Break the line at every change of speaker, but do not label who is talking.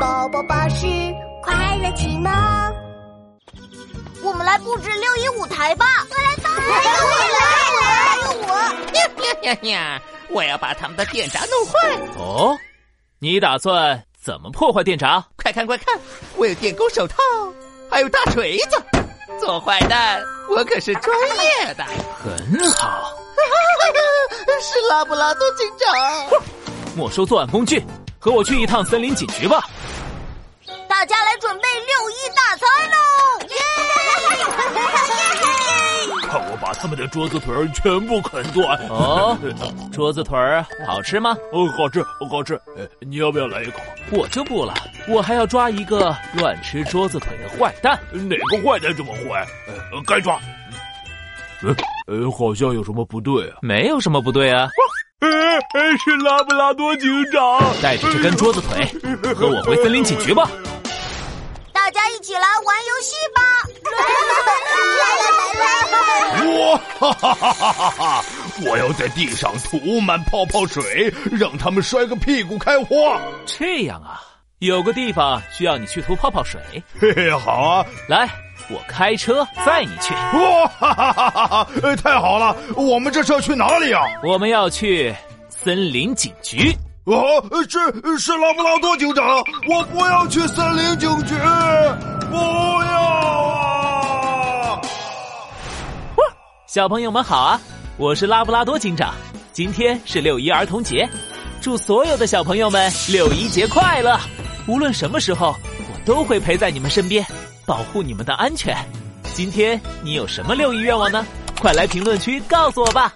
宝宝巴士快乐启蒙。
我们来布置六一舞台吧！
我来帮你，我来，我来，我。
呀呀呀！我要把他们的电闸弄坏！
哦，你打算怎么破坏电闸？
快看快看，我有电工手套，还有大锤子。做坏蛋，我可是专业的。
很好，
是拉布拉多警长。
没收作案工具，和我去一趟森林警局吧。
大家来准备六一大餐喽！
看我把他们的桌子腿儿全部啃断！
哦，桌子腿儿好吃吗？
哦，好吃，好吃！呃，你要不要来一口？
我就不了，我还要抓一个乱吃桌子腿的坏蛋。
哪个坏蛋这么坏？呃，该抓。呃，呃，好像有什么不对啊？
没有什么不对啊，
呃，呃是拉布拉多警长。
带着这根桌子腿，和我回森林警局吧。
大家一起来玩游戏吧！
我哈哈哈哈哈哈！我要在地上涂满泡泡水，让他们摔个屁股开花。
这样啊，有个地方需要你去涂泡泡水，
嘿嘿，好啊！
来，我开车载你去。
哇哈哈哈哈哈！呃太好了，我们这是要去哪里啊？
我们要去森林警局。
哦，是是拉布拉多警长，我不要去森林警局，不要啊！
小朋友们好啊，我是拉布拉多警长。今天是六一儿童节，祝所有的小朋友们六一节快乐！无论什么时候，我都会陪在你们身边，保护你们的安全。今天你有什么六一愿望呢？快来评论区告诉我吧。